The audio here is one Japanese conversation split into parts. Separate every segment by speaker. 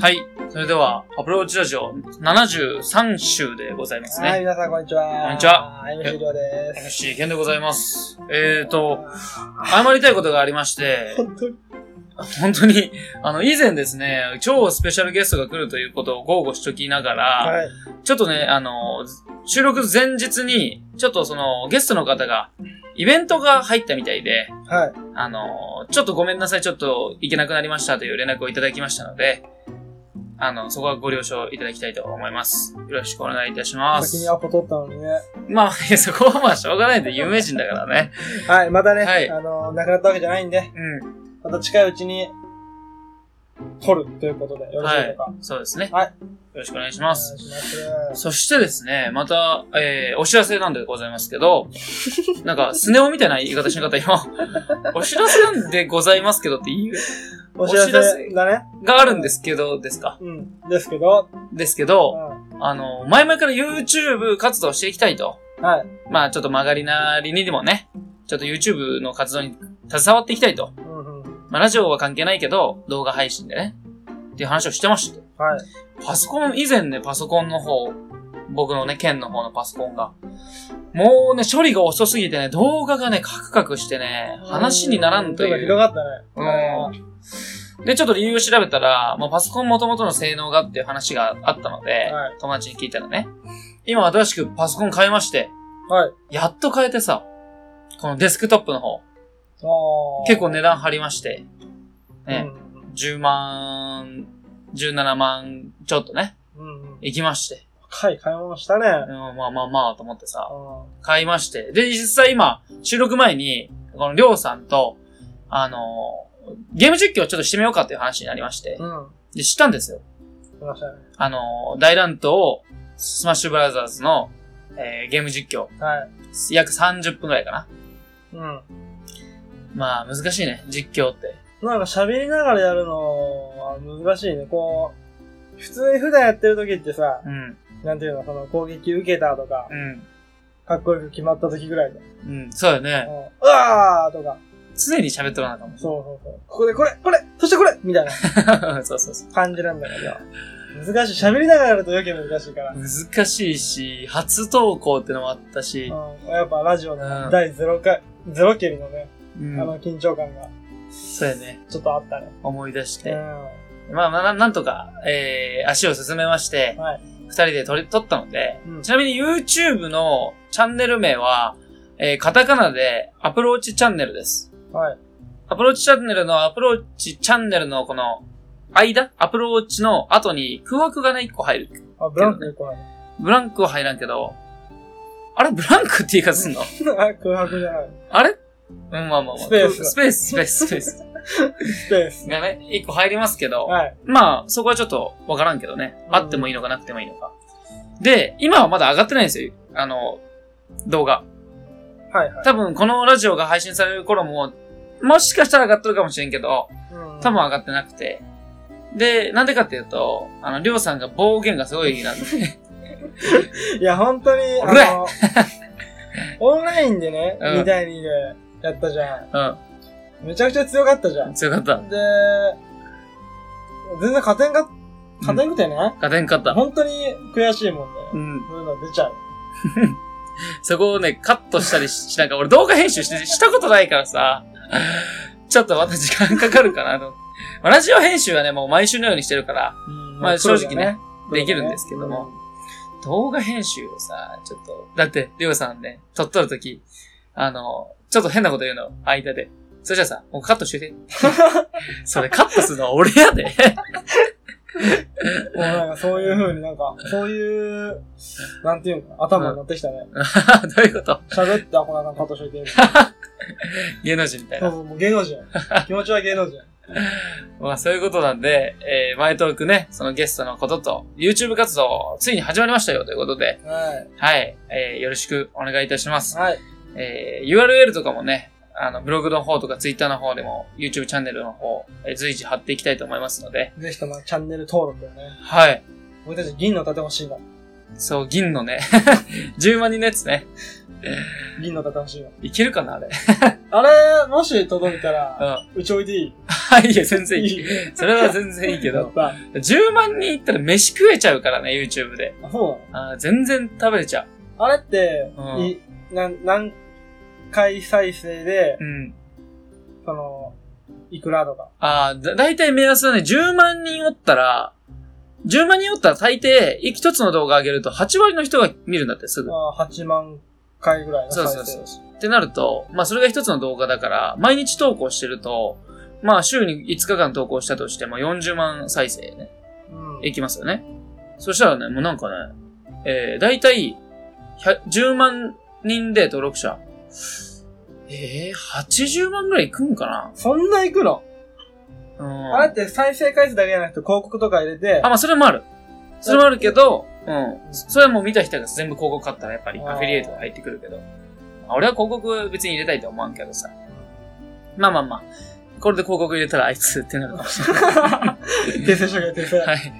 Speaker 1: はい。それでは、アプローチラジオ73週でございます
Speaker 2: は
Speaker 1: ね。
Speaker 2: い、皆さんこんにちは。
Speaker 1: こんにちは。
Speaker 2: MC りょうです。
Speaker 1: MC 健でございます。えーと、謝りたいことがありまして、
Speaker 2: 本当に。
Speaker 1: 本当に、あの、以前ですね、超スペシャルゲストが来るということを豪語しときながら、
Speaker 2: はい。
Speaker 1: ちょっとね、あの、収録前日に、ちょっとその、ゲストの方が、イベントが入ったみたいで、
Speaker 2: はい。
Speaker 1: あの、ちょっとごめんなさい、ちょっと行けなくなりましたという連絡をいただきましたので、あの、そこはご了承いただきたいと思います。よろしくお願いいたしま
Speaker 2: 先
Speaker 1: す
Speaker 2: に。アポ取ったのにね。
Speaker 1: まあ、そこはまあ、しょうがないんで、有名人だからね。
Speaker 2: はい、またね、
Speaker 1: はい
Speaker 2: あの、亡くなったわけじゃないんで、
Speaker 1: う
Speaker 2: また近いうちに、取るということで、よ
Speaker 1: ん。
Speaker 2: ろしい
Speaker 1: は
Speaker 2: でしょう
Speaker 1: い
Speaker 2: か。。
Speaker 1: そうですね。
Speaker 2: はい
Speaker 1: よろしくお願いしま
Speaker 2: お
Speaker 1: す
Speaker 2: 願。いします。
Speaker 1: そしてですね、また、えー、お知らせなんでございますけ ど、なんか、スネ夫みたいな言い方しなかった今。お知らせなんでございますけどって言う、
Speaker 2: お知ら
Speaker 1: お知ら
Speaker 2: せ
Speaker 1: せ
Speaker 2: だね。
Speaker 1: があるんですけど、ですか。
Speaker 2: うん。ですけど、
Speaker 1: ですけ
Speaker 2: う
Speaker 1: ど、
Speaker 2: ん。
Speaker 1: あの、前々から YouTube 活動していきたいと。
Speaker 2: はい。
Speaker 1: まあ、ちょっと曲がりなりにでもね、ちょっと YouTube の活動に携わっていきたいと。
Speaker 2: うんうん。
Speaker 1: まあ、ラジオは関係ないけど、動画配信でね。っていう話をしてました。
Speaker 2: はい。
Speaker 1: パソコン、以前ね、パソコンの方、僕のね、県の方のパソコンが。もうね、処理が遅すぎてね、動画がね、カクカクしてね、話にならんと
Speaker 2: ちょっ
Speaker 1: い
Speaker 2: ひ
Speaker 1: う
Speaker 2: ど。かったね。
Speaker 1: うん。で、ちょっと理由を調べたら、もうパソコン元々の性能がっていう話があったので、
Speaker 2: はい
Speaker 1: 友達に聞いたらね、今新しくパソコン買いまして、
Speaker 2: はい。
Speaker 1: やっと変えてさ、このデスクトップの方、
Speaker 2: あー
Speaker 1: 結構、値段張りまして、ね、
Speaker 2: う
Speaker 1: 10万、17万ちょっとね、
Speaker 2: んうん。うんうん。
Speaker 1: 行きまして。
Speaker 2: 高い買い物したね。
Speaker 1: うんまあまあまあと思ってさ、
Speaker 2: う
Speaker 1: 買いまして。で、実際今、収録前に、このりょうさんと、あのー、ゲーム実況をちょっとしてみようかっていう話になりまして、
Speaker 2: ん。うん。
Speaker 1: で、知ったんですよ。
Speaker 2: しましたね。
Speaker 1: あのー、大乱闘を、スマッシュブラザーズの、えーゲーム実況、
Speaker 2: はい。
Speaker 1: 約30分くらいかな。
Speaker 2: うん。
Speaker 1: まあ、難しいね、実況って。
Speaker 2: なんか喋りながらやるのは難しいね。こう、普通に普段やってる時ってさ、
Speaker 1: うん、
Speaker 2: なんていうの、その攻撃受けたとか、
Speaker 1: うん、
Speaker 2: かっこよく決まった時ぐらいで。うん
Speaker 1: うん、そうよね。
Speaker 2: うわーとか、
Speaker 1: 常に喋っとらなあかんもん。
Speaker 2: そうそうそう。ここでこれ、これ、そしてこれみたいな
Speaker 1: そうそうそう。
Speaker 2: 感じなんだけど。難しい。喋りながらやると余計難しいから。
Speaker 1: 難しいし、初投稿ってのもあったし、
Speaker 2: うん、やっぱラジオ
Speaker 1: う
Speaker 2: の
Speaker 1: ん
Speaker 2: 第0回、ゼロ蹴りのね、
Speaker 1: う
Speaker 2: あ
Speaker 1: ん、
Speaker 2: の緊張感が
Speaker 1: そうやね、
Speaker 2: ちょっとあったね。
Speaker 1: 思い出し
Speaker 2: う
Speaker 1: て。
Speaker 2: ん。
Speaker 1: まあまあ、ななんとか、えー、足を進めまして、
Speaker 2: はい。
Speaker 1: 二人で撮り、撮ったので、
Speaker 2: うん
Speaker 1: ちなみに YouTube のチャンネル名は、えー、カタカナでアプローチチャンネルです。
Speaker 2: はい。
Speaker 1: アプローチチャンネルのアプローチチャンネルのこの間アプローチの後に空白がね、一個入る。
Speaker 2: あ、ブランクで怖い。
Speaker 1: ブランクは入らんけど、あれブランクって言い方すんの
Speaker 2: あ、 空白じゃない。
Speaker 1: あれうん、まあまあまあ。
Speaker 2: スペース
Speaker 1: スペース、スペース、スペース。
Speaker 2: スペース。
Speaker 1: がね、一個入りますけど、
Speaker 2: はい。
Speaker 1: まあ、そこはちょっとわからんけどね。
Speaker 2: うん
Speaker 1: あってもいいのかなくてもいいのか。で、今はまだ上がってないんですよ。あの、動画。
Speaker 2: はいはい。
Speaker 1: 多分このラジオが配信される頃も、もしかしたら上がってるかもしれんけど、
Speaker 2: うん
Speaker 1: 多分上がってなくて。で、なんでかっていうと、あの、りょうさんが暴言がすごい なんで。
Speaker 2: いや、本当に、あ
Speaker 1: うら
Speaker 2: の、オンラインでね、
Speaker 1: うん
Speaker 2: 2対2でやったじゃん。
Speaker 1: う
Speaker 2: めちゃくちゃ強かったじゃん。
Speaker 1: ん、
Speaker 2: で、
Speaker 1: 強かった。
Speaker 2: 全然勝てんか、勝てんくてね、
Speaker 1: 勝てんかった。
Speaker 2: 本当に悔しいもんね。
Speaker 1: うん。
Speaker 2: そういうの出ちゃう。
Speaker 1: そこをね、カットしたり ししながら、俺動画編集して、したことないからさ、ちょっとまた時間かかるかなと思って。まあラジオ編集はね、もう毎週のようにしてるから、まあ正直ね、できるんですけども、動画編集をさ、ちょっと、だって、りょうさんね、撮っとるとき、あの、ちょっと変なこと言うの、間で。そしたらさ、もうカット してて。それカットするのは俺やで。
Speaker 2: プロだね。もうなんかそういう風になんか、そういう、なんていうのかな、頭になってきたね。
Speaker 1: どういうこと
Speaker 2: 喋ってアホなのカットしといて。
Speaker 1: 芸能人みたい
Speaker 2: そう
Speaker 1: な。
Speaker 2: そう、もう芸能人。気持ちは芸能人。
Speaker 1: まあそういうことなんで、えー、前トークね、そのゲストのことと、YouTube 活動、ついに始まりましたよということで、
Speaker 2: は
Speaker 1: はい、えー、よろしくお願いいたしま
Speaker 2: い。
Speaker 1: す。
Speaker 2: はい。
Speaker 1: えー、URL とかもね、あの、ブログの方とか Twitter の方でも、YouTube チャンネルの方、えー随時貼っていきたいと思いますので、
Speaker 2: ぜひともチャンネル登録をね。
Speaker 1: はい。
Speaker 2: 僕たち銀の盾欲しいな。
Speaker 1: そう、銀のね、10万人のやつね。
Speaker 2: 銀の盾欲しいな。
Speaker 1: いけるかなあれ。
Speaker 2: あれ、もし届いた
Speaker 1: う
Speaker 2: ら、
Speaker 1: ん。
Speaker 2: うちおいでいい
Speaker 1: あ、いいよ、全然いい。
Speaker 2: い
Speaker 1: それは全然いいけ
Speaker 2: やっ
Speaker 1: ど。
Speaker 2: ぱ
Speaker 1: 10万人いったら飯食えちゃうからね、YouTube で。
Speaker 2: あそう
Speaker 1: あー全然食べれちゃう。
Speaker 2: なのあれって、
Speaker 1: うん
Speaker 2: いなん何回再生で、
Speaker 1: うん。
Speaker 2: その、いくらとか。
Speaker 1: ああ、だ、だいたい目安はね、10万人おったら、10万人おったら大抵、一つの動画上げると8割の人が見るんだって、すぐ。
Speaker 2: まあ、8万回ぐらいの
Speaker 1: そう
Speaker 2: 再生。
Speaker 1: そうそうそう。ってなると、まあそれが一つの動画だから、毎日投稿してると、まあ週に5日間投稿したとしても40万再生ね、
Speaker 2: うん
Speaker 1: いきますよね。そしたらね、もうなんかね、えー、だいたい100 10万人で登録者。えー、80万ぐらいいくんか
Speaker 2: そんないくの、
Speaker 1: なうん。
Speaker 2: あれって再生回数だけじゃなくて広告とか入れて
Speaker 1: あ、、まあ、それもある。それもあるけど、うん。それはもう見た人が全部広告買ったらやっぱりアフィリエイトが入ってくるけど。まあ俺は広告別に入れたいとは思わんけどさ。まあまあまあ。これで広告入れたらあいつってな るかもし
Speaker 2: 訂正しとけ、訂正。
Speaker 1: れない。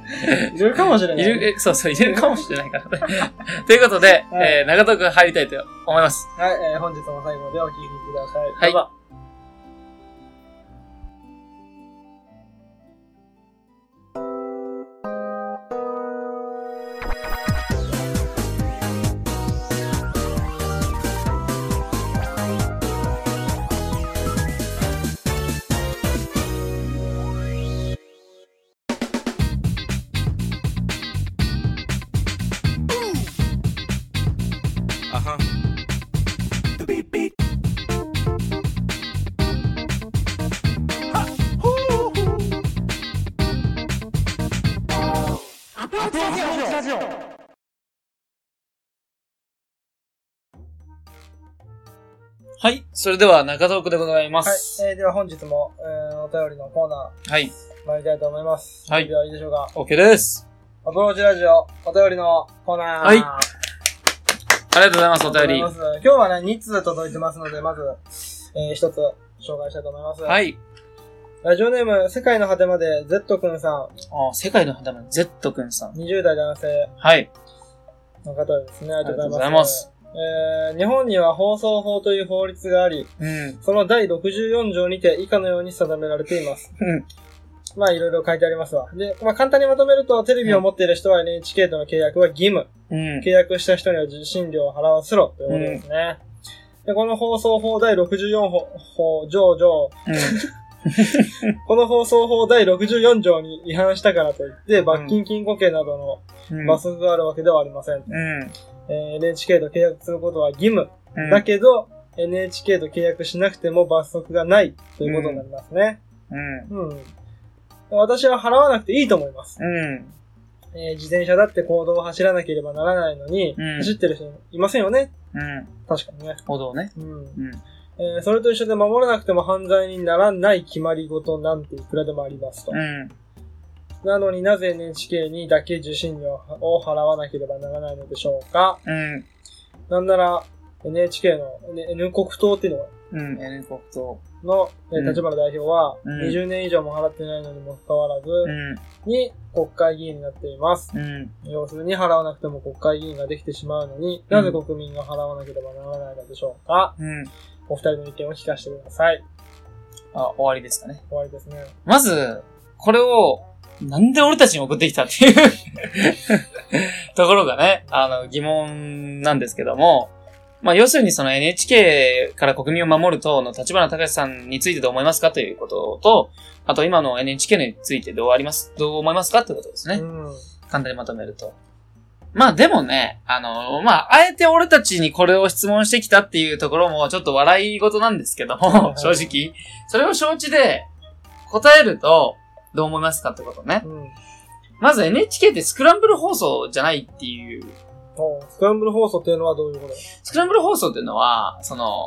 Speaker 2: いるかもしれな。
Speaker 1: はいい。入れ、えそうそう、入れるかもしれないから ね。ということで、
Speaker 2: はい
Speaker 1: えー、長戸く入りたいと思います。
Speaker 2: はい、えー本日も最後までお聞きください。
Speaker 1: はい
Speaker 2: どうぞ
Speaker 1: はい。それでは中戸くでございま
Speaker 2: はい
Speaker 1: す。、
Speaker 2: えーでは本日も、えーお便りのコーナ
Speaker 1: はい。
Speaker 2: ー参りたいと思います。
Speaker 1: はい
Speaker 2: ではいいでしょうか。
Speaker 1: OK です。
Speaker 2: アプローチラジオ、お便りのコーナー。
Speaker 1: はい
Speaker 2: あ
Speaker 1: ありがとうございます、お便
Speaker 2: り
Speaker 1: り
Speaker 2: がとう。ございます。今日はね、2通届いてますので、まず、えー一つ紹介したいと思います。
Speaker 1: はい。
Speaker 2: ラジオネーム、世界の果てまで、Z くんさ
Speaker 1: あー世界の肌の Z くんさん
Speaker 2: ん、。20代男性
Speaker 1: はい。
Speaker 2: の方ですね。ありがとうございます。
Speaker 1: あ
Speaker 2: えー日本には放送法という法律があり、
Speaker 1: うん。
Speaker 2: その第64条にて以下のように定められています。
Speaker 1: うん。
Speaker 2: まあいろいろ書いてありますわ。で、まあ簡単にまとめると、テレビを持っている人は NHK との契約は義務。
Speaker 1: うん。
Speaker 2: 契約した人には受信料を払わせろということですね。で、この放送法第64法、法条条、この放送法第64条に違反したからといって、罰金禁錮刑など
Speaker 1: うん。
Speaker 2: の罰則があるわけではありません。
Speaker 1: うん。
Speaker 2: えー NHK と契約することは義務。
Speaker 1: うん
Speaker 2: だけど、NHK と契約しなくても罰則がないということになりますね。
Speaker 1: うん。
Speaker 2: うん。私は払わなくていいと思います。
Speaker 1: うん。
Speaker 2: えー自転車だって行動を走らなければならないのに、
Speaker 1: うん
Speaker 2: 走ってる人いませんよね
Speaker 1: うん。
Speaker 2: 確かにね。
Speaker 1: 歩道ね。
Speaker 2: うん。
Speaker 1: うん。
Speaker 2: えーそれと一緒で守らなくても犯罪にならない決まり事なんていくらでもありますと。
Speaker 1: うん。
Speaker 2: なのになぜ NHK にだけ受信料を払わなければならないのでしょうか
Speaker 1: うん。
Speaker 2: なんなら NHK の、ね N 国党っていうのが
Speaker 1: うん。エレコプト。
Speaker 2: の、えー
Speaker 1: うん
Speaker 2: 立花代表は、
Speaker 1: うん
Speaker 2: 20年以上も払ってないのにもかかわらず、
Speaker 1: うん。
Speaker 2: に国会議員になっています。
Speaker 1: うん。
Speaker 2: 要するに払わなくても国会議員ができてしまうのに、
Speaker 1: うん
Speaker 2: なぜ国民が払わなければならないのでしょうか
Speaker 1: うん。
Speaker 2: お二人の意見を聞かせてください。
Speaker 1: あ、終わりですかね。
Speaker 2: 終わりですね。
Speaker 1: まず、これを、なんで俺たちに送ってきたっていう ところがね、あの、疑問なんですけども、まあ、要するにその NHK から国民を守る党の立花隆さんについてどう思いますかということと、あと今の NHK についてどうあります、どう思いますかってことですね。
Speaker 2: うん。
Speaker 1: 簡単にまとめると。まあでもね、あの、まあ、あえて俺たちにこれを質問してきたっていうところもちょっと笑い事なんですけども、正直。それを承知で答えると、どう思いますかってことね。
Speaker 2: うん。
Speaker 1: まず NHK ってスクランブル放送じゃないっていう。
Speaker 2: おスクランブル放送っていうのはどういうこと
Speaker 1: スクランブル放送っていうのは、その、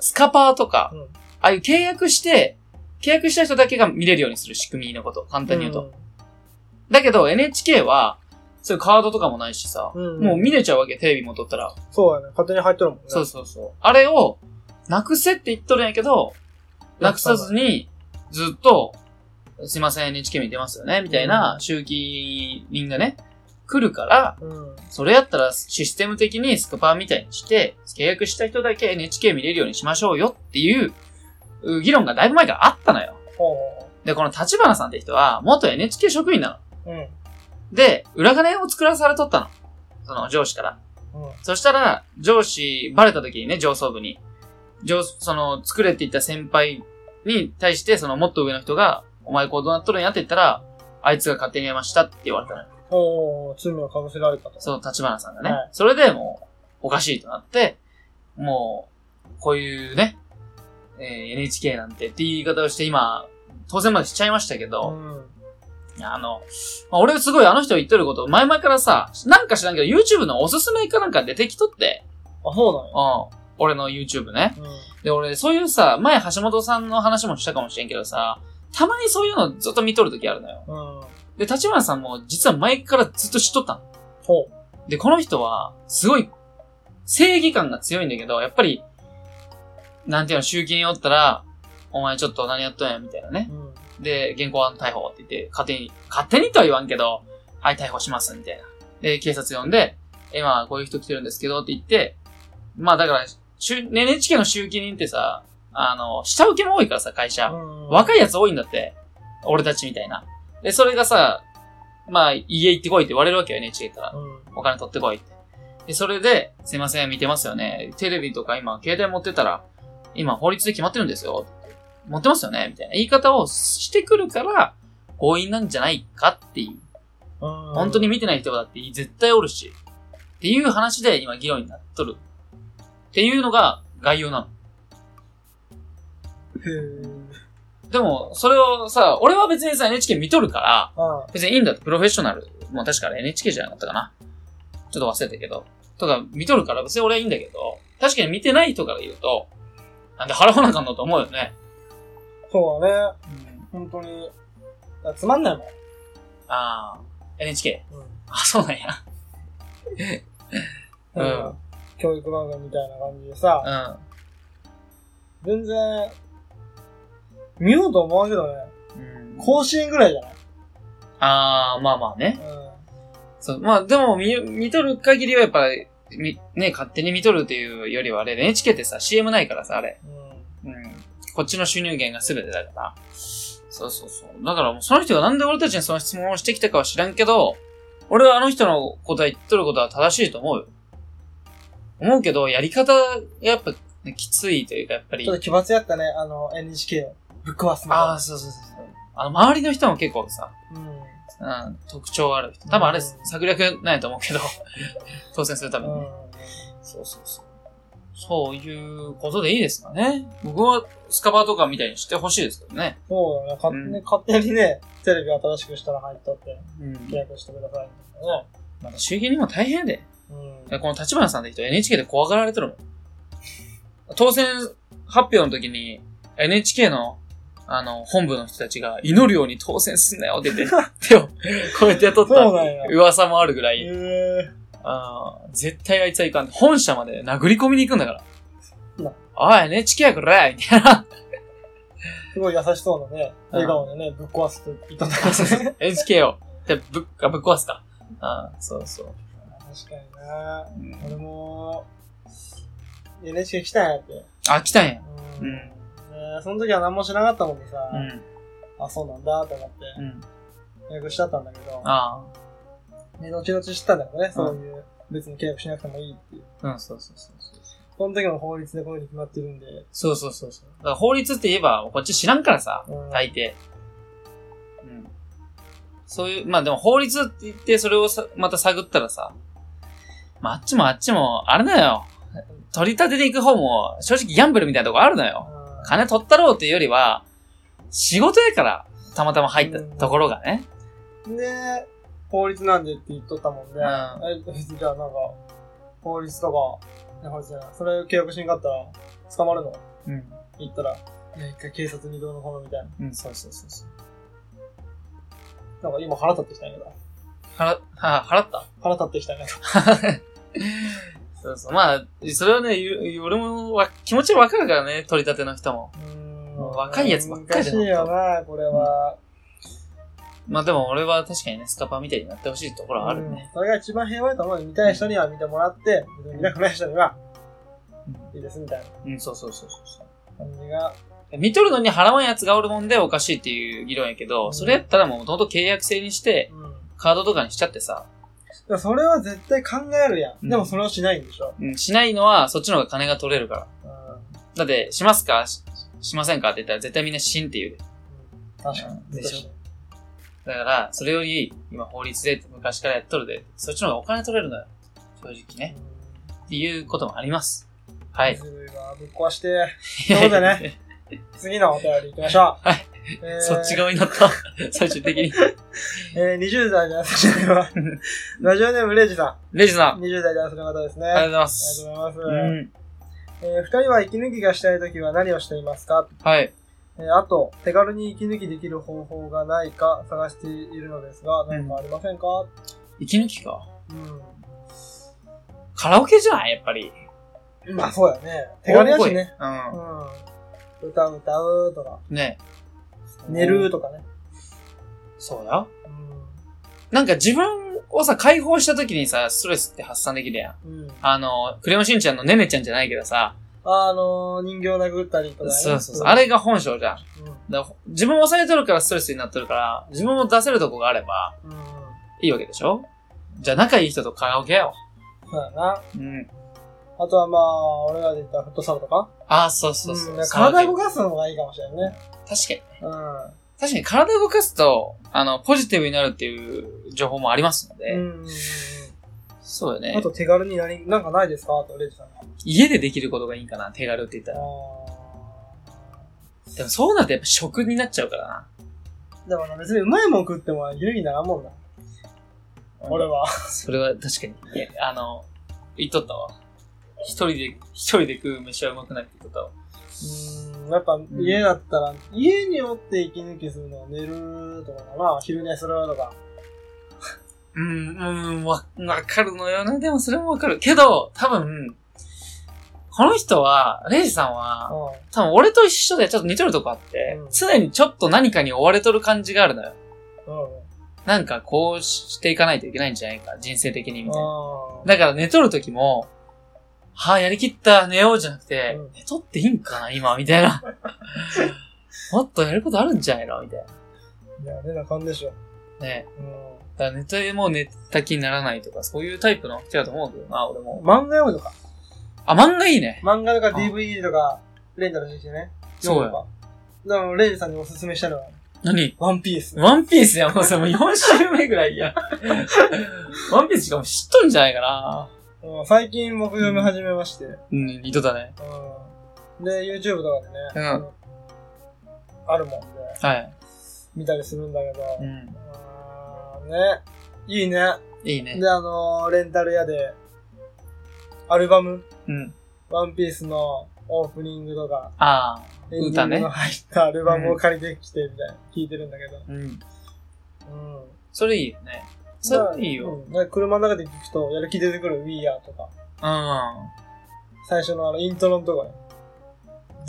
Speaker 1: スカパーとか、
Speaker 2: うん
Speaker 1: ああいう契約して、契約した人だけが見れるようにする仕組みのこと、簡単に言うと。だけど NHK は、そういうカードとかもないしさ、
Speaker 2: うん。うん
Speaker 1: もう見れちゃうわけ、テレビも撮ったら。
Speaker 2: そうだね。勝手に入っとるもんね。
Speaker 1: そうそうそう。あれを、なくせって言っとるんやけど、なくさずに、ずっと、すいません、NHK 見てますよね、みたいな、集金人がね、来るから、
Speaker 2: うん。
Speaker 1: それやったらシステム的にスクパーみたいにして、契約した人だけ NHK 見れるようにしましょうよっていう、う議論がだいぶ前からあったのよ。
Speaker 2: ほうほうほ
Speaker 1: で、この立花さんって人は、元 NHK 職員なの。
Speaker 2: うん。
Speaker 1: で、裏金を作らされとったの。その上司から。
Speaker 2: うん。
Speaker 1: そしたら、上司、バレた時にね、上層部に。上、その、作れって言った先輩に対して、その、もっと上の人が、お前こうどうなっとるんやって言ったら、あいつが勝手にやりましたって言われたの。
Speaker 2: おー、罪をかぶせられたと。
Speaker 1: その立花さんがね。
Speaker 2: はい
Speaker 1: それでもう、おかしいとなって、もう、こういうね、えー NHK なんてっていう言い方をして今、当選までしちゃいましたけど、
Speaker 2: ん。
Speaker 1: いやあの、まあ、俺すごいあの人が言ってること、前々からさ、なんか知らんけど、YouTube のおすすめかなんか出てきとって、
Speaker 2: あ、そう
Speaker 1: うん。俺の YouTube ね。
Speaker 2: なんや。
Speaker 1: で、俺、そういうさ、前橋本さんの話もしたかもしれんけどさ、たまにそういうのずっと見とるときあるのよ。
Speaker 2: うん。うん。
Speaker 1: で、立花さんも実は前からずっと知っとったの。
Speaker 2: ほ
Speaker 1: で、この人は、すごい、正義感が強いんだけど、やっぱり、なんていうの、集金おったら、お前ちょっと何やっとんや、みたいなね
Speaker 2: う。。うん。
Speaker 1: で、現行犯逮捕って言って、勝手に、勝手にとは言わんけど、はい、逮捕します、みたいな。で、警察呼んで、今、こういう人来てるんですけど、って言って、まあだから、しゅ NHK の集金人ってさ、あの、下請けも多いからさ、会社。
Speaker 2: うん
Speaker 1: 若いやつ多いんだって。俺たちみたいな。で、それがさ、まあ、家行ってこいって言われるわけよ、NHK から。
Speaker 2: うん。
Speaker 1: お金取ってこいって。で、それで、すいません、見てますよね。テレビとか今、携帯持ってたら、今法律で決まってるんですよ。持ってますよねみたいな言い方をしてくるから、強引なんじゃないかっていう。
Speaker 2: うん
Speaker 1: 本当に。見てない人だって絶対おるし。っていう話で今議論になっとる。っていうのが概要な
Speaker 2: へー
Speaker 1: の。でも、それをさ、俺は別にさ、NHK 見とるから、
Speaker 2: あ
Speaker 1: 別にいいんだって、プロフェッショナル。もう確かあれ NHK じゃなかったかな。ちょっと忘れたけど。とか、見とるから別に俺はいいんだけど、確かに見てない人から言うと、なんで払わなあかんのと思うよね。
Speaker 2: そうだね。本当に。あつまんないもん。
Speaker 1: ああ、NHK。
Speaker 2: うん。
Speaker 1: あ、そうなんや。うん
Speaker 2: うん。教育番組みたいな感じでさ、全然、見ようと思うけどね、
Speaker 1: うん。
Speaker 2: 甲子園ぐらいじゃない
Speaker 1: ああ、まあまあね。
Speaker 2: うん。
Speaker 1: そう。まあでも見、見とる限りはやっぱり、み、ね、勝手に見とるというよりはあれ、NHK ってさ、CM ないからさ、あれ。
Speaker 2: うん。
Speaker 1: うん。こっちの収入源が全てだから。そうそうそう。だからもうその人がなんで俺たちにその質問をしてきたかは知らんけど、俺はあの人の答え言っとることは正しいと思うよ。思うけど、やり方がやっぱ、ね、きついというか、やっぱり
Speaker 2: ちょっ。と奇抜やったね、あの、NHK をぶっ壊すの
Speaker 1: あ
Speaker 2: が。
Speaker 1: あ、そうそうそうそう。あの、周りの人も結構さ、
Speaker 2: うん。
Speaker 1: うん、特徴がある人。多分あれ、
Speaker 2: うん
Speaker 1: 策略ないと思うけど、 当選するために
Speaker 2: う
Speaker 1: ね。
Speaker 2: ん。
Speaker 1: そうそうそう。そういうことでいいですかね。僕はスカバーとかみたいにしてほしいですけどね。
Speaker 2: そうだね。勝手
Speaker 1: う
Speaker 2: に、勝手にね、テレビ新しくしたら入ったって、
Speaker 1: うん
Speaker 2: 契約してくださいみたいなね。
Speaker 1: また衆議院にも大変やで。
Speaker 2: うん。
Speaker 1: この立花さんって人 NHK で怖がられてるもん。当選発表の時に NHK のあの、本部の人たちが祈るように当選すんなよって言って、 手をこうやってやっとっ
Speaker 2: そう
Speaker 1: た
Speaker 2: なんや。
Speaker 1: 噂もあるぐら
Speaker 2: え
Speaker 1: い、
Speaker 2: え
Speaker 1: あー絶対あいつはいかん。本社まで殴り込みに行くんだから
Speaker 2: な。
Speaker 1: おい、NHK やこれ みたいな。
Speaker 2: すごい優しそうなね、笑顔でね、ぶっ壊すって言ったんだからね。
Speaker 1: NHK を。で、ぶっ、あぶっ壊すか。あーそうそう。
Speaker 2: 確かにな
Speaker 1: うん
Speaker 2: 俺も、NHK 来たんやって。
Speaker 1: あ、来たんや。
Speaker 2: う
Speaker 1: うん
Speaker 2: ん。ねその時は何もしなかったもんでさ、
Speaker 1: うん。
Speaker 2: あ、そうなんだと思って、
Speaker 1: うん。
Speaker 2: 契約しちゃったんだけど、
Speaker 1: あ
Speaker 2: ね、後々知ったんだけどね、そういう、別に契約しなくてもいいっていう。
Speaker 1: あ。うん、そうそうそうそう。
Speaker 2: この時の法律でこういうふうに決まってるんで、
Speaker 1: そうそうそうそう。だから法律って言えば、こっち知らんからさ、
Speaker 2: うん
Speaker 1: 大抵。うん。そういう、まあでも法律って言って、それをさ、また探ったらさ、まああっちもあっちも、あれだよ。取り立てていく方も、正直ギャンブルみたいなとこあるのよ。
Speaker 2: う
Speaker 1: 金取ったろうっていうよりは、仕事やから、たまたま入ったところがね。
Speaker 2: んで、法律なんでって言っとったもんで、
Speaker 1: うん
Speaker 2: え別にじゃあなんか、法律とか、ね法律じゃない、それ契約しんかったら、捕まるの
Speaker 1: うん。
Speaker 2: 言ったら、いや、一回警察にどうのこうのみたいな。
Speaker 1: うん、そうそうそうそう。
Speaker 2: なんか今腹立ってきたんやけど。
Speaker 1: 払、は、払った
Speaker 2: 腹立ってきたんやけど。
Speaker 1: そうそう。まあ、それはね、ゆ俺もわ気持ちわかるからね、取り立ての人も。
Speaker 2: うーん
Speaker 1: 若いやつばっかりだ
Speaker 2: 難し
Speaker 1: ない
Speaker 2: よな、これは。
Speaker 1: まあでも俺は確かにね、スカパーみたいになってほしいところはある
Speaker 2: う
Speaker 1: ね
Speaker 2: ん。それが一番平和だと思う。見たい人には見てもらって、見たくない人には、いいですみたいな
Speaker 1: うん、そうそうそうそうそう。
Speaker 2: 感じが
Speaker 1: 見とるのに払わんやつがおるもんでおかしいっていう議論やけど、それやったらもう元々契約制にして、
Speaker 2: うん。だか
Speaker 1: カードとかにしちゃってさ、
Speaker 2: らそれは絶対考えるやん。
Speaker 1: うん
Speaker 2: でもそれをしないんでしょ。
Speaker 1: うんしないのはそっちの方が金が取れるから。
Speaker 2: うん。
Speaker 1: だって、しますかししませんかって言ったら絶対みんなしんって言うで。
Speaker 2: 確か
Speaker 1: うん
Speaker 2: に。
Speaker 1: でしだから、それより、今法律で昔からやっとるで、そっちの方がお金取れるのよ。正直
Speaker 2: うん
Speaker 1: ね。っていうこともあります。はい。
Speaker 2: ずるいわ。ぶっ壊して。ということでね次のお便り行きましょう。
Speaker 1: はい。
Speaker 2: えー
Speaker 1: そっち側になった。最終的に。
Speaker 2: えー、20代の私では、ラジオネームレイジさ
Speaker 1: レジさん、あ
Speaker 2: ん。20代男性の方ですね。
Speaker 1: りがとうござ
Speaker 2: あり
Speaker 1: いま
Speaker 2: が
Speaker 1: す。
Speaker 2: とうございます。
Speaker 1: うん。
Speaker 2: えー、二人は息抜きがしたいときは何をしていますか
Speaker 1: はい。
Speaker 2: えーあと、手軽に息抜きできる方法がないか探しているのですが、何かありませんか
Speaker 1: 息抜きか。
Speaker 2: う
Speaker 1: カラオケじゃないやっぱり。
Speaker 2: ん。まあそうやね。手軽やしね。
Speaker 1: 大声。
Speaker 2: うん。歌う歌うとか、
Speaker 1: うん。ね
Speaker 2: 寝るとかね。
Speaker 1: そうや。
Speaker 2: う
Speaker 1: なんか自分をさ、解放した時にさ、ストレスって発散できるやん。
Speaker 2: ん。うん。
Speaker 1: あの、クレヨンしんちゃんのねねちゃんじゃないけどさ、
Speaker 2: あの、人形殴ったりとかね。
Speaker 1: そうそうそう。あれが本性じゃん。
Speaker 2: うん。
Speaker 1: だから自分を抑えとるからストレスになっとるから、自分を出せるとこがあれば
Speaker 2: うん。
Speaker 1: いいわけでしょじゃあ仲いい人とカラオケやわ。
Speaker 2: そうやな。
Speaker 1: うん。
Speaker 2: あとはまあ、俺らで言ったらフットサルとか。
Speaker 1: ああ、そうそうそう。
Speaker 2: ん体
Speaker 1: カラ
Speaker 2: 動
Speaker 1: オケ
Speaker 2: かすのがいいかもしれないね。
Speaker 1: 確かに。
Speaker 2: うん。
Speaker 1: 確かに体動かすと、あの、ポジティブになるっていう情報もありますので。
Speaker 2: うんうんうん
Speaker 1: そうよ
Speaker 2: うん。あ
Speaker 1: ね。
Speaker 2: と手軽に何、なんかないですかと、レイジさんが。
Speaker 1: 家でできることがいいかな、手軽って言ったら。でもそうなるとやっぱ食になっちゃうからな。
Speaker 2: でもな、別にうまいもん食っても有意義ならんもんな。俺は。
Speaker 1: それは確かに。いやあの、言っとったわ。一人で、一人で食う飯はうまくないって言っとっ
Speaker 2: うん、やっぱ家だったら、家におって息抜きするのは寝るとかかな、昼寝するとか。
Speaker 1: たわ。うん、うん、わ、わかるのよな。でもそれもわかる。けど、多分、この人は、レイジさんは、
Speaker 2: う
Speaker 1: 多分俺と一緒でちょっと似てるとこあって、
Speaker 2: うん
Speaker 1: 常にちょっと何かに追われとる感じがあるのよ。
Speaker 2: ん。うん。
Speaker 1: なんかこうしていかないといけないんじゃないか、人生的にみたいな。
Speaker 2: あ
Speaker 1: だから寝とる時も、はあ、やりきった、寝ようじゃなくて、
Speaker 2: うん
Speaker 1: 寝とっていいんかな、今、みたいな。 もっとやることあるんじゃないのみたい
Speaker 2: あ。いや、寝なあかんでしょ。
Speaker 1: な。ね。
Speaker 2: う
Speaker 1: だから寝てもう寝た気にならないとか、そういうタイプの人だと思うけどな、俺
Speaker 2: ん。
Speaker 1: も。
Speaker 2: 漫画読むとか。
Speaker 1: あ、漫画いいね。
Speaker 2: 漫画とか
Speaker 1: あ
Speaker 2: DVD とか、レンタルしてきてね。
Speaker 1: そうや
Speaker 2: 読むとか。だから、レイジさんにおすすめしたのは、
Speaker 1: 何
Speaker 2: ワンピース。
Speaker 1: ワンピースやん、もうそれもう4週目ぐらいや。 ワンピースしかも知っとんじゃないかな。
Speaker 2: うん、最近僕読み始めまして。う
Speaker 1: うん、二度だね。
Speaker 2: ん。で、YouTube とかでね。
Speaker 1: うん
Speaker 2: あのあるもんで、
Speaker 1: はい。
Speaker 2: 見たりするんだけど。
Speaker 1: うん。
Speaker 2: あーね。いいね。
Speaker 1: いいね。
Speaker 2: で、あのーレンタル屋で、アルバム、
Speaker 1: うん。
Speaker 2: ワンピースのオープニングとか、
Speaker 1: ああ。
Speaker 2: エンディ
Speaker 1: 歌
Speaker 2: ン
Speaker 1: ね
Speaker 2: グの入ったアルバムを借りてきて、みたいな、聞いてるんだけど。
Speaker 1: うん。
Speaker 2: うん。
Speaker 1: それいいよね。それいいよ。
Speaker 2: うん。で車の中で聞くと、やる気出てくる We Are とか、
Speaker 1: うん。
Speaker 2: 最初のあの、イントロのとこね。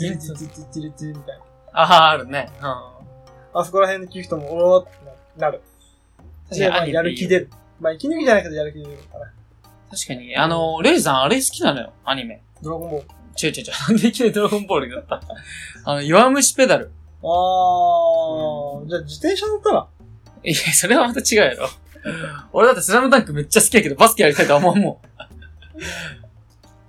Speaker 1: イ
Speaker 2: ジ
Speaker 1: ン
Speaker 2: リ
Speaker 1: ト
Speaker 2: ジ
Speaker 1: ロ
Speaker 2: リジリジリジリみたいな。
Speaker 1: ああ、あるね。うん。
Speaker 2: あそこら辺で聞くともう、おーってなる。
Speaker 1: 確か
Speaker 2: で、
Speaker 1: に
Speaker 2: まあ、
Speaker 1: 兄貴
Speaker 2: やる気出る。まあ、息抜きじゃないけどやる気出るかな。
Speaker 1: 確かに、あの、レイジさんあれ好きなのよ、アニメ。
Speaker 2: ドラゴンボール。
Speaker 1: ちょいちょいちょい、 なんでいきなりドラゴンボールになったあの、弱虫ペダル。
Speaker 2: あー、じゃあ自転車乗ったら
Speaker 1: いや、それはまた違うやろ。俺だってスラムダンクめっちゃ好きやけど、バスケやりたいとは思うもん。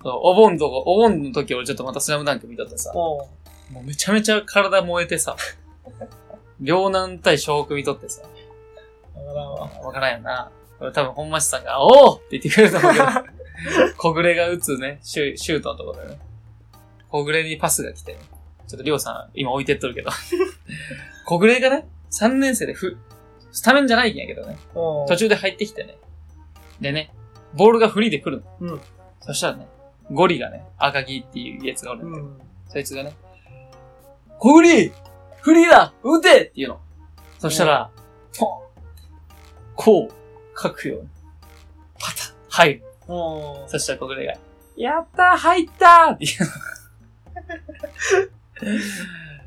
Speaker 1: そうお盆とか、お盆の時俺ちょっとまたスラムダンク見とってさ、
Speaker 2: うん。
Speaker 1: もうめちゃめちゃ体燃えてさ、両南対小北見とってさ、
Speaker 2: だから、まあ
Speaker 1: わからんよな。俺多分本町さんが、おおって言ってくれると思うけど、小暮が打つね、シュシュートのところだよね。小暮にパスが来て、ちょっとりょうさん今置いてっとるけど、 小暮がね、3年生でふ、スタメンじゃないんやけどね、
Speaker 2: 途
Speaker 1: 途中で入ってきてね。でね、ボールがフリーで来るの。
Speaker 2: うん
Speaker 1: そしたらね、ゴリがね、赤木っていうやつがおるの
Speaker 2: うん。
Speaker 1: そいつがね、小栗フリーだ撃てって言うの。そしたら、ポンこう、書くように。パタッ入る。
Speaker 2: うん。
Speaker 1: そしたら小栗が、やったー入ったーって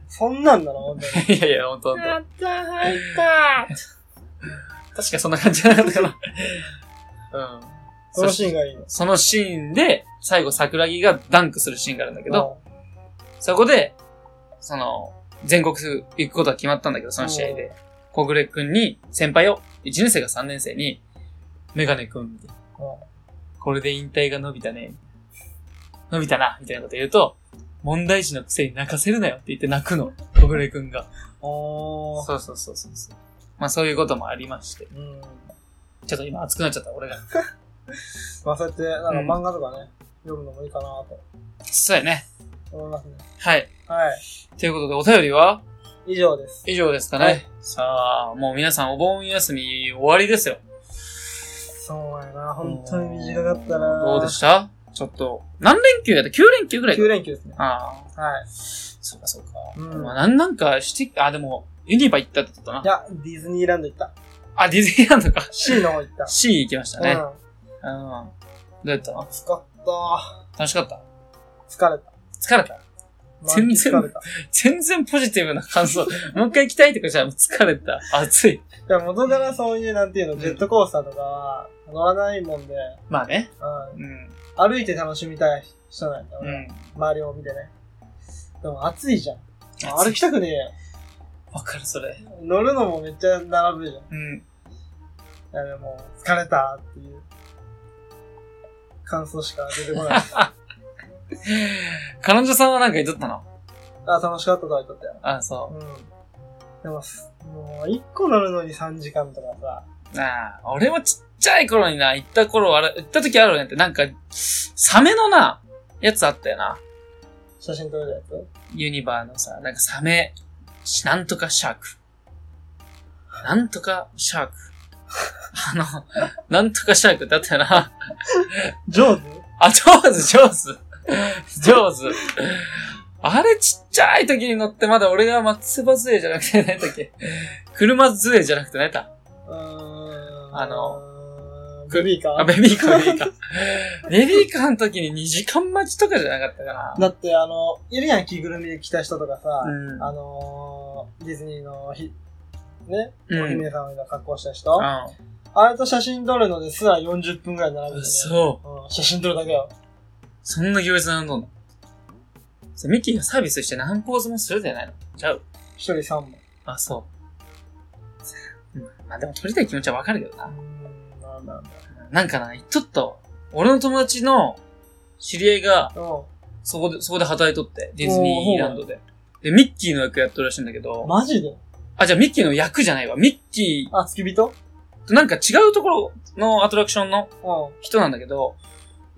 Speaker 2: そんなんだな、ほんとに。
Speaker 1: 言う。いやいや、ほんとほんと。
Speaker 2: った、入った
Speaker 1: 確かそんな感じじゃなかったかな。うん。
Speaker 2: そのシーンがいいの。
Speaker 1: そのシーンで、最後桜木がダンクするシーンがあるんだけど、そこで、その、全国行くことが決まったんだけど、その試合で。小暮くんに、先輩を、1年生が3年生に、メガネくん、みたいなこれで引退が伸びたね。伸びたな、みたいなこと言うと、問題児のくせに泣かせるなよって言って泣くの。小暮くんが。
Speaker 2: おー。
Speaker 1: そうそうそうそうそう。まあそういうこともありまして。
Speaker 2: うん。
Speaker 1: ちょっと今熱くなっちゃった、俺が。
Speaker 2: まあ、そうやって、なんか漫画とかね、読むのもいいかなと
Speaker 1: そうやね。
Speaker 2: 思いますね。
Speaker 1: はい。
Speaker 2: はい。
Speaker 1: ということで、お便りは
Speaker 2: 以上です。
Speaker 1: 以上ですかね。
Speaker 2: はい
Speaker 1: さあ、もう皆さんお盆休み終わりですよ。
Speaker 2: そうやな、本当に短かったな
Speaker 1: どうでしたちょっと、何連休やった ?9 連休ぐらいか
Speaker 2: ?9 連休ですね。
Speaker 1: ああ、
Speaker 2: はい。
Speaker 1: そうかそうか。
Speaker 2: うん
Speaker 1: まあ、なんなんかして、あ、でも、ユニバ行ったって言った
Speaker 2: い
Speaker 1: な。
Speaker 2: や、ディズニーランド行った。
Speaker 1: あ、ディズニーランドか。
Speaker 2: C の方行った。
Speaker 1: C 行きましたね。
Speaker 2: うん。
Speaker 1: うん。どうやったの
Speaker 2: 暑かった。
Speaker 1: 楽しかった
Speaker 2: 疲れた。
Speaker 1: 疲れた全然
Speaker 2: 疲れた。
Speaker 1: 全然ポジティブな感想。もう一回行きたいとかじゃん疲れた。暑い。
Speaker 2: いや、元からそういう、なんていう
Speaker 1: う
Speaker 2: の、
Speaker 1: ん
Speaker 2: ジェットコースターとかは乗らないもんで、
Speaker 1: まあね。
Speaker 2: うん。
Speaker 1: うん。
Speaker 2: 歩いて楽しみたい人なんだよ、
Speaker 1: う
Speaker 2: 俺
Speaker 1: ん。
Speaker 2: 周りを見てね。でも暑いじゃん。
Speaker 1: 暑い
Speaker 2: 歩きたくねえよ。
Speaker 1: わかる、それ。
Speaker 2: 乗るのもめっちゃ並ぶじゃん。い
Speaker 1: うん。
Speaker 2: や、でも、疲れたっていう、感想しか出てこない。
Speaker 1: 彼女さんはなんか言っとったの
Speaker 2: あ、楽しかったとは言っとったよ。
Speaker 1: あ、そ
Speaker 2: うん。でも、すもう、一個乗るのに3時間とかさ、
Speaker 1: う。なあ、俺もちっちゃい頃にな、行った頃あれ、行った時あるよねって、なんか、サメのな、やつあったよな。
Speaker 2: 写真撮れるやつ
Speaker 1: ユニバーのさ、なんかサメ、しなんとかシャーク。なんとかシャーク。あの、なんとかシャークだったよな。
Speaker 2: 上手
Speaker 1: あ、上手、上手。上手。あれちっちゃい時に乗って、まだ俺が松葉杖じゃなくて、何だっけ。車杖じゃなくて、何だ
Speaker 2: うーん。
Speaker 1: あ
Speaker 2: の、ベビーカ
Speaker 1: あ、
Speaker 2: ー
Speaker 1: ベビーカー、ベビーカー。ベビーカーの時に2時間待ちとかじゃなかったかな。
Speaker 2: だって、あの、いるやん、着ぐるみで着た人とかさ、
Speaker 1: うん。
Speaker 2: あのー、ディズニーのひ、ね、
Speaker 1: うん
Speaker 2: お姫様みたいな格好した人、
Speaker 1: あ
Speaker 2: あれと写真撮るのですら40分くらい並ぶんだよね。
Speaker 1: そう。
Speaker 2: うん、写真撮るだけよ。
Speaker 1: そんな行列並んどんのそれミッキーがサービスして何ポーズもするじゃないのちゃう
Speaker 2: 一人3本。
Speaker 1: あ、そう。うんまあでも撮りたい気持ちはわかるけどな。
Speaker 2: うん、なんだなんだ。
Speaker 1: なんかな、ちょっと、俺の友達の知り合いが、
Speaker 2: う
Speaker 1: そこで、そこで働いとって、ディズニーランドで。で、ミッキーの役やってるらしいんだけ
Speaker 2: ん。
Speaker 1: ど、
Speaker 2: マジで
Speaker 1: あ、じゃあミッキーの役じゃないわ。ミッキ
Speaker 2: あ、付き人
Speaker 1: ーとなんか違うところのアトラクションの
Speaker 2: う
Speaker 1: 人なんだけど、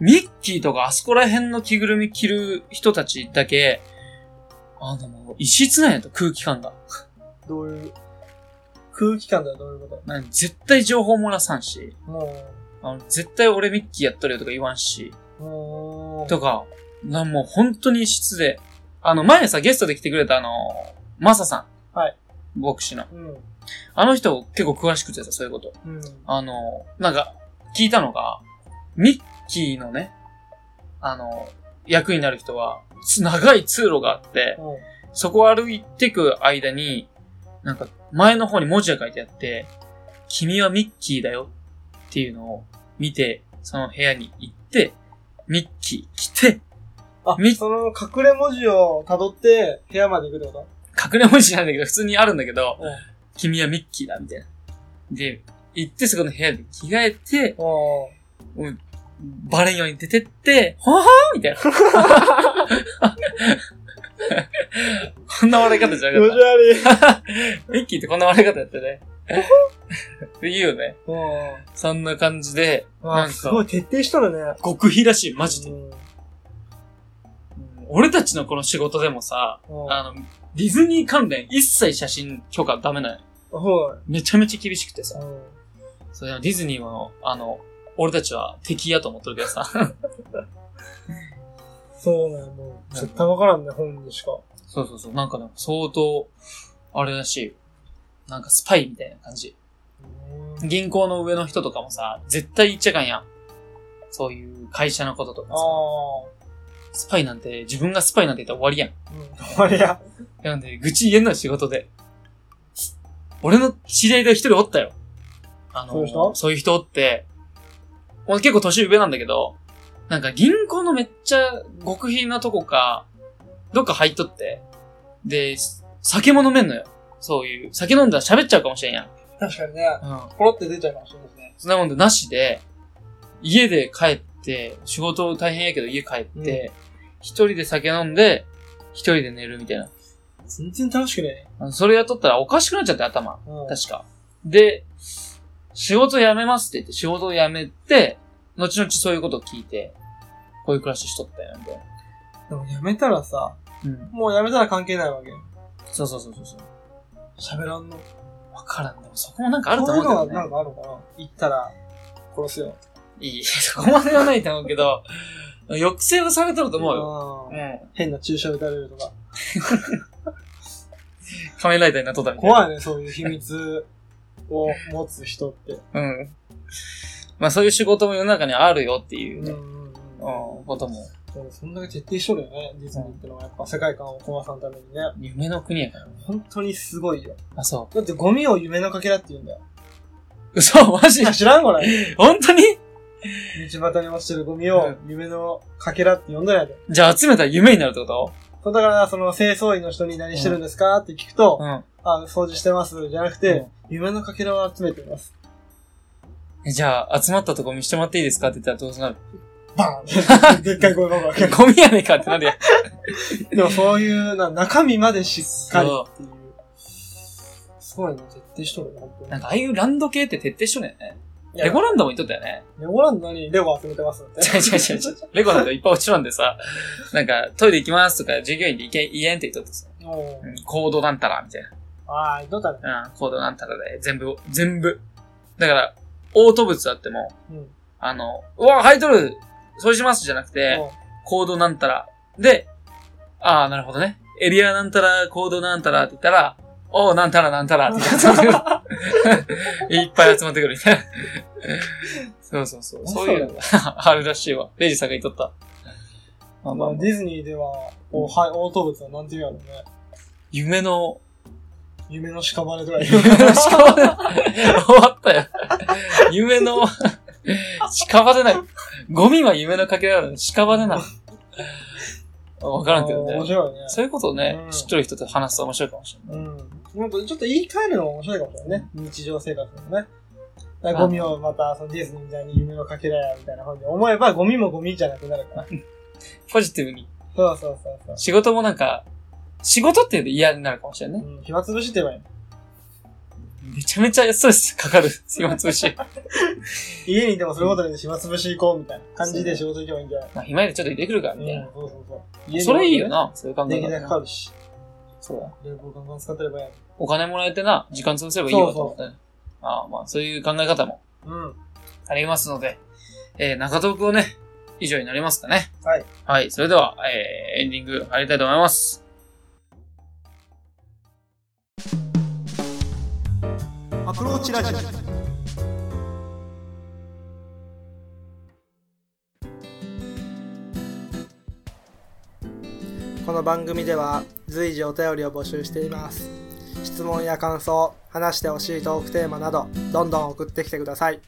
Speaker 1: ミッキーとかあそこら辺の着ぐるみ着る人たちだけ、あの、もう異質なんやと、空気感が。
Speaker 2: ん。どういう、空気感だよ、どういうこ
Speaker 1: なん絶対情報漏らさんし、
Speaker 2: とも
Speaker 1: あの絶対俺ミッキーやっとるよとか言わんし、
Speaker 2: う、もう、
Speaker 1: とか、なもう本当に異質で、あの、前さ、ゲストで来てくれたあの、マサさん。
Speaker 2: はい。
Speaker 1: 牧師の。
Speaker 2: うん、
Speaker 1: あの人結構詳しくてさ、そういうこと。
Speaker 2: うん。
Speaker 1: あの、なんか、聞いたのが、ミッキーのね、あの、役になる人は、つ長い通路があって、
Speaker 2: うん
Speaker 1: そこを歩いてく間に、なんか、前の方に文字が書いてあって、君はミッキーだよっていうのを見て、その部屋に行って、ミッキー来て、
Speaker 2: あ
Speaker 1: み、
Speaker 2: その隠れ文字を辿って部屋まで行くってこ
Speaker 1: 隠れ文字なんだけど、普通にあるんだけど、
Speaker 2: うん
Speaker 1: 君はミッキーだ、みたいな。で、行ってそこの部屋で着替えて、
Speaker 2: と
Speaker 1: うんバレんように出てって、はぁはぁみたいな。こんな笑い方じゃ
Speaker 2: う
Speaker 1: な
Speaker 2: ん。気
Speaker 1: か
Speaker 2: 持ち
Speaker 1: っ
Speaker 2: 悪い。
Speaker 1: た。ミッキーってこんな笑い方やったね。って言うよね。
Speaker 2: う
Speaker 1: そんな感じで、
Speaker 2: ん。わ
Speaker 1: な
Speaker 2: あ、
Speaker 1: ん
Speaker 2: すご
Speaker 1: か、
Speaker 2: い徹底しとるね。
Speaker 1: 極秘らしい、マジで。
Speaker 2: うん。
Speaker 1: 俺たちのこの仕事でもさ、
Speaker 2: うん
Speaker 1: あの、ディズニー関連一切写真許可ダメなの。
Speaker 2: はい。
Speaker 1: めちゃめちゃ厳しくてさ。
Speaker 2: うん
Speaker 1: そう、でもディズニーは、あの、俺たちは敵やと思っとるけどさ。
Speaker 2: そうなんやもう、絶対わからんね、本にしか。
Speaker 1: そうそうそう、なんかね、相当、あれらしいよ。なんかスパイみたいな感じ。
Speaker 2: うん
Speaker 1: 銀行の上の人とかもさ、絶対言っちゃいかんやん。そういう会社のこととか
Speaker 2: あ
Speaker 1: さ、
Speaker 2: あ。
Speaker 1: スパイなんて、自分がスパイなんて言ったら終わりやん。
Speaker 2: うん。あれや。
Speaker 1: なんで、愚痴言えんのよ仕事で。俺の知り合いが一人おったよ。あの、
Speaker 2: そういう人
Speaker 1: そういう人おって、俺結構年上なんだけど、なんか銀行のめっちゃ極秘なとこか、どっか入っとって、で、酒も飲めんのよ。そういう。酒飲んだら喋っちゃうかもしれんやん。
Speaker 2: 確かにね。
Speaker 1: うん。
Speaker 2: ポロって出ちゃいましたね。
Speaker 1: そんなもんでなしで、家で帰って、仕事大変やけど家帰って、一、人で酒飲んで、一人で寝るみたいな。
Speaker 2: 全然楽しくね
Speaker 1: あのそれやっとったらおかしくなっちゃって頭。
Speaker 2: え。うん。
Speaker 1: 確か。で、仕事辞めますって言って、仕事を辞めて、後々そういうことを聞いて、こういう暮らししとったよ、みたいな。
Speaker 2: でもやめたらさ、
Speaker 1: うん。
Speaker 2: もうやめたら関係ないわけよ。
Speaker 1: そうそうそうそうそう。
Speaker 2: 喋らんの。
Speaker 1: わからん。でもそこもなんかあると
Speaker 2: そういうの
Speaker 1: 思
Speaker 2: は
Speaker 1: うけど
Speaker 2: な
Speaker 1: ね
Speaker 2: ん。かあるのかな行ったら殺すよ。
Speaker 1: い い。そこまではないと思うけど、抑制はされとると思うよ。
Speaker 2: よ
Speaker 1: う。ん。
Speaker 2: 変な注射打たれるとか。
Speaker 1: 仮面ライダーになっとったみたいな。
Speaker 2: 怖いね、そういう秘密を持つ人って。
Speaker 1: うん。まあそういう仕事も世の中にあるよっていう
Speaker 2: うんう
Speaker 1: ね、うん、
Speaker 2: んうん。
Speaker 1: ことも、
Speaker 2: でもそんだけ徹底しとるよね、ディズニーってのは。やっぱ世界観を壊さんためにね。
Speaker 1: 夢の国やから。
Speaker 2: 本当にすごいよ。
Speaker 1: あ、そ
Speaker 2: だってゴミを夢のかけらって言うんだよ。
Speaker 1: う。嘘マジ
Speaker 2: いや知らんこれ。
Speaker 1: 本当に
Speaker 2: 道端に落ちてるゴミを夢のかけらって呼んだんやで。
Speaker 1: じゃあ集めたら夢になるってこと
Speaker 2: そうだから、その清掃員の人に何してるんですかって聞くと、
Speaker 1: うん
Speaker 2: あ、掃除してますじゃなくて、夢のかけらを集めてます。
Speaker 1: え。じゃあ集まったとこ見してもらっていいですかって言ったらどうなる
Speaker 2: バーンでっかいゴミ箱が。
Speaker 1: ゴミやねんかって なるやん。
Speaker 2: でもそういうな、中身までしっかりっていう。すごいね、徹底しとるね、本当に
Speaker 1: なん。かああいうランド系って徹底しとるよね。
Speaker 2: いや
Speaker 1: レゴランドも言っとったよね。
Speaker 2: レゴランドにレゴ集めてますって。
Speaker 1: 違う違う違う違う。レゴランドいっぱい落ちろんでさ、なんかトイレ行きますとか従業員で行け、言えんって言っとってさ、
Speaker 2: も
Speaker 1: うん、コードなんたらみたいな。
Speaker 2: う、ああ、どうだね。
Speaker 1: うん、コードなんたらで、全部、全部。だから、オート物あっても、
Speaker 2: うん。
Speaker 1: あの、うわ、入っとる掃除しますじゃなくて、コードなんたら。で、ああ、なるほどね。エリアなんたら、コードなんたらって言ったら、おう、なんたらなん たらって集まってくる。いっぱい集まってくるみたいな。そうそうそう。そういうのがあるらしいわ。レイジさんが言っとった。まあ
Speaker 2: うん
Speaker 1: ま
Speaker 2: ま
Speaker 1: あ
Speaker 2: あ、
Speaker 1: まあ
Speaker 2: ディズニーでは、こうはい、応答物はなんて言うんやろうね。
Speaker 1: 夢の、
Speaker 2: 夢の屍とか 言う。
Speaker 1: 夢の屍。終わったよ。夢の、屍ない。ゴミは夢のかけらなのに屍なの。わからんけど
Speaker 2: あー面
Speaker 1: ね。
Speaker 2: 白いね。
Speaker 1: そういうことをね、
Speaker 2: うん
Speaker 1: 知っとる人と話すと面白いかもしれない。
Speaker 2: うん。なんかちょっと言い換えるのも面白いかもしれないね。日常生活でもね。だからゴミをまた、そのディズニーみたいに夢のかけらやみたいな風に思えば、ゴミもゴミじゃなくなるから。
Speaker 1: ポジティブに。
Speaker 2: そうそうそうそう。
Speaker 1: 仕事もなんか、仕事っていうの嫌になるかもしれないね。
Speaker 2: うん、暇つぶしって言えばいいの。
Speaker 1: めちゃめちゃストレスかかる。 暇つぶし。
Speaker 2: 家にいてもそういうことで暇つぶし行こうみたいな感じで仕事行けばいいんじゃない
Speaker 1: まあ、暇よりちょっと入れてくるから
Speaker 2: う
Speaker 1: みたい
Speaker 2: ん
Speaker 1: な、。
Speaker 2: そうそうそう。家に
Speaker 1: それいいよ。な、そういう考え
Speaker 2: 電気代かか
Speaker 1: 方。
Speaker 2: るし。
Speaker 1: そうだ。
Speaker 2: 冷房ガンガン使ってればいい
Speaker 1: お金もらえてな、時間潰せばいいよと思ってね。ああまあ、そういう考え方も
Speaker 2: のに。うん。
Speaker 1: ありますので、えー、中トークをね、以上になりますかね。
Speaker 2: はい。
Speaker 1: はい、それでは、えー、エンディング入りたいと思います。
Speaker 2: アプローチラジオ。この番組では随時お便りを募集しています。質問や感想、話してほしいトークテーマなど、どんどん送ってきてください。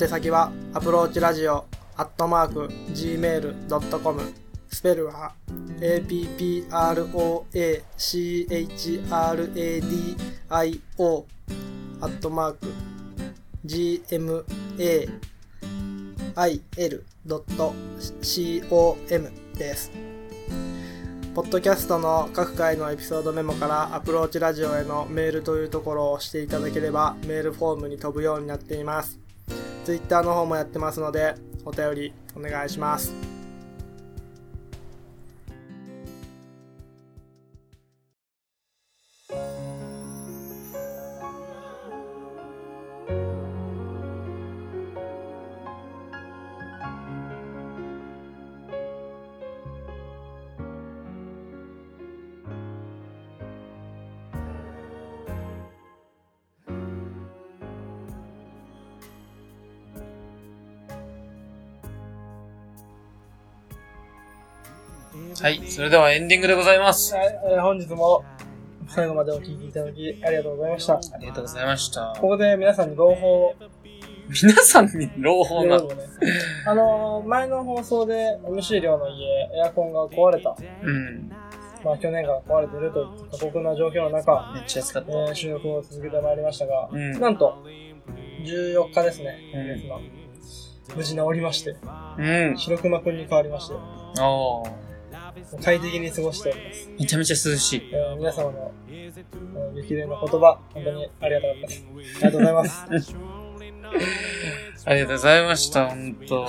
Speaker 2: 宛先は、アプローチラジオ、アットマーク、gmail.com、スペルは、approachradio、アットマーク gmail.com です。ポッドキャストの各回のエピソードメモからアプローチラジオへのメールというところを押していただければメールフォームに飛ぶようになっています。Twitter の方もやってますのでお便りお願いします。
Speaker 1: はい、それではエンディングでございます。
Speaker 2: 本日も最後までお聞きいただきありがとうございました。
Speaker 1: ありがとうございました。
Speaker 2: ここで皆さんに朗報
Speaker 1: 皆さんに朗報な。
Speaker 2: ね、あのー前の放送で MC 量の家エアコンが壊れた
Speaker 1: うん。
Speaker 2: まあ、去年から壊れているという過酷な状況の中、
Speaker 1: めっちゃ安かっ
Speaker 2: え
Speaker 1: た。
Speaker 2: ー収録を続けてまいりましたが、
Speaker 1: うん
Speaker 2: なんと、14日ですね、
Speaker 1: うん
Speaker 2: 今月の。無事治りまして、
Speaker 1: うん。
Speaker 2: 白熊くんに変わりまして、
Speaker 1: おー。
Speaker 2: 快適に過ごしております。
Speaker 1: めちゃめちゃ涼しい。
Speaker 2: えー皆様の、えー激励の言葉、本当にありがたかったです。ありがとうござ います。
Speaker 1: ありがとうございました、ほんと。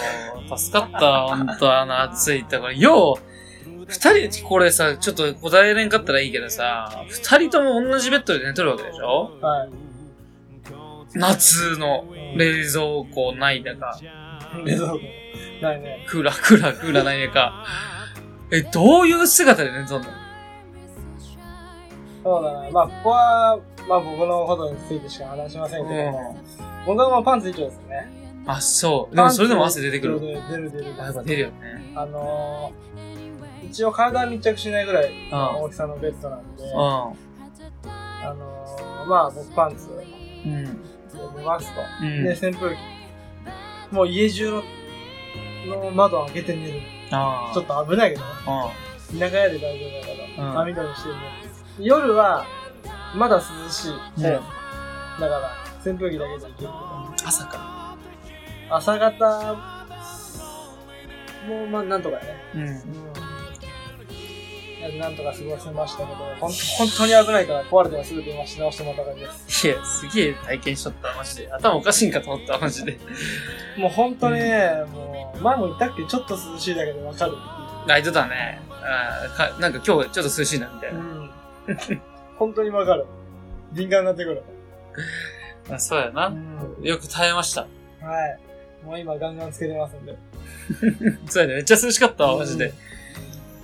Speaker 1: 助かった、ほんと、あの、暑い。だから、よう、二人、これさ、ちょっと答えれんかったらいいけどさ、二人とも同じベッドで寝とるわけでしょ
Speaker 2: はい。
Speaker 1: 夏の冷蔵庫ないだか、
Speaker 2: 冷蔵庫。 ないね。
Speaker 1: クーラー、クーラー、クーラーないだか。え、どういう姿で寝とんの
Speaker 2: そうだな。まあ、ここは、まあ僕のことについてしか話しませんけど、
Speaker 1: う
Speaker 2: 僕はもうパンツ一丁ですね。
Speaker 1: ん。あ、そう。でもそれでも汗出てく
Speaker 2: 出
Speaker 1: る。
Speaker 2: る出る出る。
Speaker 1: あやっぱ出るよね。
Speaker 2: あのー、一応体は密着しないぐらい
Speaker 1: うん。
Speaker 2: の大きさのベッドなんで、
Speaker 1: う
Speaker 2: あのー、まあ僕パンツで
Speaker 1: ん。うん。
Speaker 2: 伸ばすと。
Speaker 1: うん。
Speaker 2: で、扇風機。もう家中の、の窓を開けて寝る。
Speaker 1: ああ。
Speaker 2: ちょっと危ないけどね。
Speaker 1: あ
Speaker 2: 田舎屋で大丈夫だから、
Speaker 1: うん
Speaker 2: 網戸にしてる夜は、まだ涼しい。
Speaker 1: うん
Speaker 2: だから、扇風機だけでいけるけど。
Speaker 1: あ。朝か。
Speaker 2: 朝方、もうまあなんとかやね。
Speaker 1: うん。
Speaker 2: うん。なんとか過ごせましたけど、ほん本当に危ないから壊れてはすぐ電話し直してもらった感じです。
Speaker 1: いや、すげえ体験しとった、マジで。頭おかしいんかと思った、マジで。
Speaker 2: もう本当ね、もう、前も言ったっけちょっと涼しいだけでわかる
Speaker 1: ライトだね。あーかなんか今日ちょっと涼しいな、みたいな。
Speaker 2: ん。本当にわかる。敏感になってくる。
Speaker 1: あそうや
Speaker 2: う
Speaker 1: な。
Speaker 2: ん。
Speaker 1: よく耐えました。
Speaker 2: はい。もう今ガンガンつけてますんで。
Speaker 1: そうやね。めっちゃ涼しかったわ、
Speaker 2: うん
Speaker 1: マジで。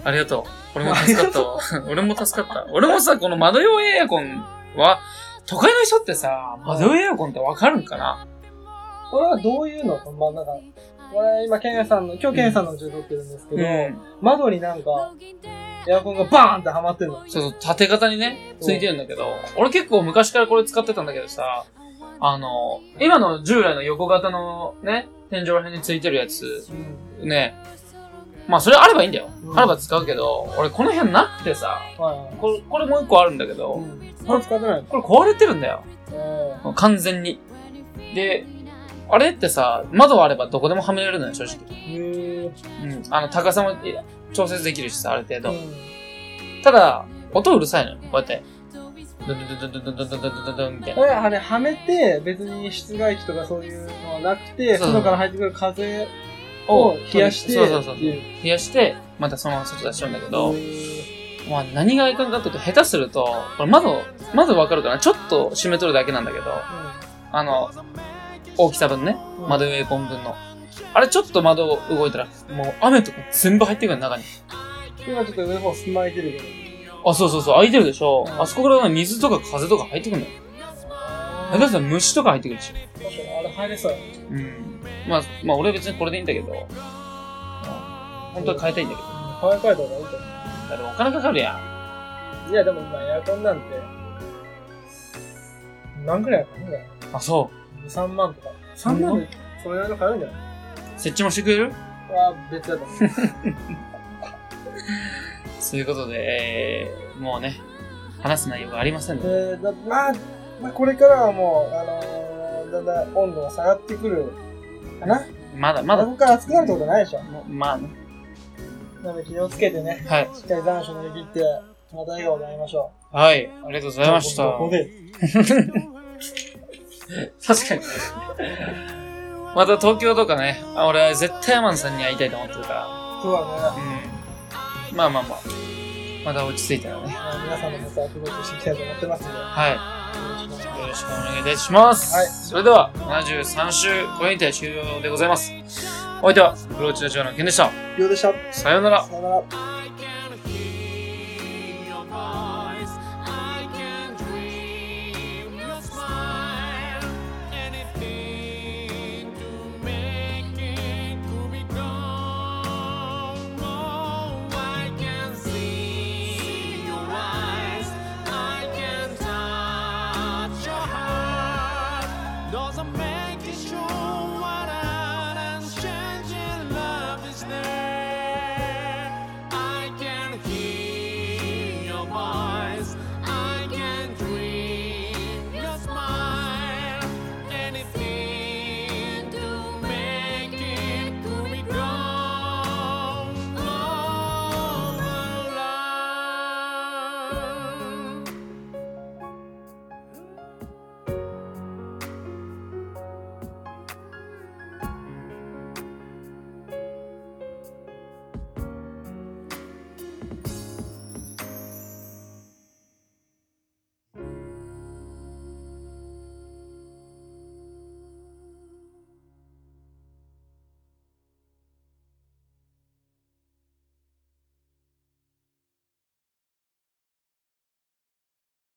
Speaker 1: ありがとう。俺も助かった わ。俺も助かった。俺もさ、この窓用エアコンは、都会の人ってさ、窓用エアコンってわかるんかな
Speaker 2: これはどういうのまあなんか、これ今、ケンヤさんの、今日ケンヤさんの銃撮ってるんですけど、
Speaker 1: うん。
Speaker 2: 窓になんか、エアコンがバーンってはまってるの。
Speaker 1: そうそう、縦型にね、ついてるんだけど、俺結構昔からこれ使ってたんだけどさ、あの、今の従来の横型のね、天井ら辺についてるやつ、
Speaker 2: うん。
Speaker 1: ねまあそれあればいいんだよ。
Speaker 2: うん
Speaker 1: あれば使うけど、俺この辺なくてさ、
Speaker 2: はいはい。
Speaker 1: これこれもう一個あるんだけど、
Speaker 2: うん。これ使ってないの
Speaker 1: これ壊れてるんだよ。
Speaker 2: え
Speaker 1: 完全に。で、あれってさ、窓あればどこでもはめれるのよ、正直。
Speaker 2: えー。
Speaker 1: うん。あの、高さもえ調節できるしさ、ある程
Speaker 2: う
Speaker 1: 度。
Speaker 2: ん。
Speaker 1: ただ、音うるさいのよ、こうやって。ドンドンドンドンドンドンドンドンドンドンみたい
Speaker 2: こ
Speaker 1: な。
Speaker 2: れ、あれ、はめて、別に室外機とかそういうのはなくて、
Speaker 1: そう
Speaker 2: 外から入ってくる風を冷やして、
Speaker 1: そうそうそうそ
Speaker 2: って
Speaker 1: う。
Speaker 2: いう
Speaker 1: 冷やして、またそのまま外出しちゃうんだけど、
Speaker 2: え
Speaker 1: まあ何がいかんかっていうと、下手すると、これ窓、窓わかるかなちょっと閉めとるだけなんだけど、あの、大きさ分ね。
Speaker 2: うん
Speaker 1: 窓上コン分の。あれちょっと窓動いたら、もう雨とか全部入ってくる中に。
Speaker 2: ー今ちょっと上の方隙間空いてるけど。
Speaker 1: あ、そうそうそう、空いてるでしょ。
Speaker 2: うん
Speaker 1: あそこから水とか風とか入ってくるんだよ。下手
Speaker 2: 確
Speaker 1: すると虫とか入ってくるし。
Speaker 2: かにあれ入れそうやね
Speaker 1: うん。まあ、まあ俺は別にこれでいいんだけど、うん本当は変えたいんだけど。
Speaker 2: うん買い替えた方がいいと思う。
Speaker 1: だってお金かかるやん。
Speaker 2: いや、でも今エアコンなんて、何くらいかなんだよ。
Speaker 1: あ、そう。
Speaker 2: 2、3万とか。
Speaker 1: 3万
Speaker 2: でそれなりの買えるんじゃない
Speaker 1: 設置もしてくれる
Speaker 2: は別だと思う。
Speaker 1: そういうことで、えー、もうね、話す内容がありませんね。
Speaker 2: えー、だまあ、まあ、これからはもう、あのー、だんだん温度が下がってくるかな。
Speaker 1: まだまだ
Speaker 2: こ、こから暑くなるってことないでしょ。
Speaker 1: もうまあね。
Speaker 2: なので気をつけてね、
Speaker 1: はい。
Speaker 2: しっかり残暑乗り切って、また笑顔で会いましょう。
Speaker 1: はい。ありがとうございました。
Speaker 2: ここで。
Speaker 1: 確かに。また東京とかね、あ俺絶対山野さんに会いたいと思ってるか
Speaker 2: 今日は
Speaker 1: ら。
Speaker 2: ね、
Speaker 1: うん。まあまあまあ。また落ち着いたらね。
Speaker 2: まあ皆さんもまたアプローチしていきたいと思ってますので、よ
Speaker 1: は
Speaker 2: ろしくお
Speaker 1: い。よ
Speaker 2: 願いします。
Speaker 1: ろしくお願いいたします。
Speaker 2: はい
Speaker 1: それでは、73週、これにて終了でございます。お相手は、ブローチラジオの件でした。
Speaker 2: ようでした。
Speaker 1: さようなら。
Speaker 2: さよなら。
Speaker 3: I can hear your voice. I can dream your smile. Anything to make it could be gone. Oh, I can see your eyes. I can touch your heart. Doesn't make it sure what out and changing love is there. I more. Oh,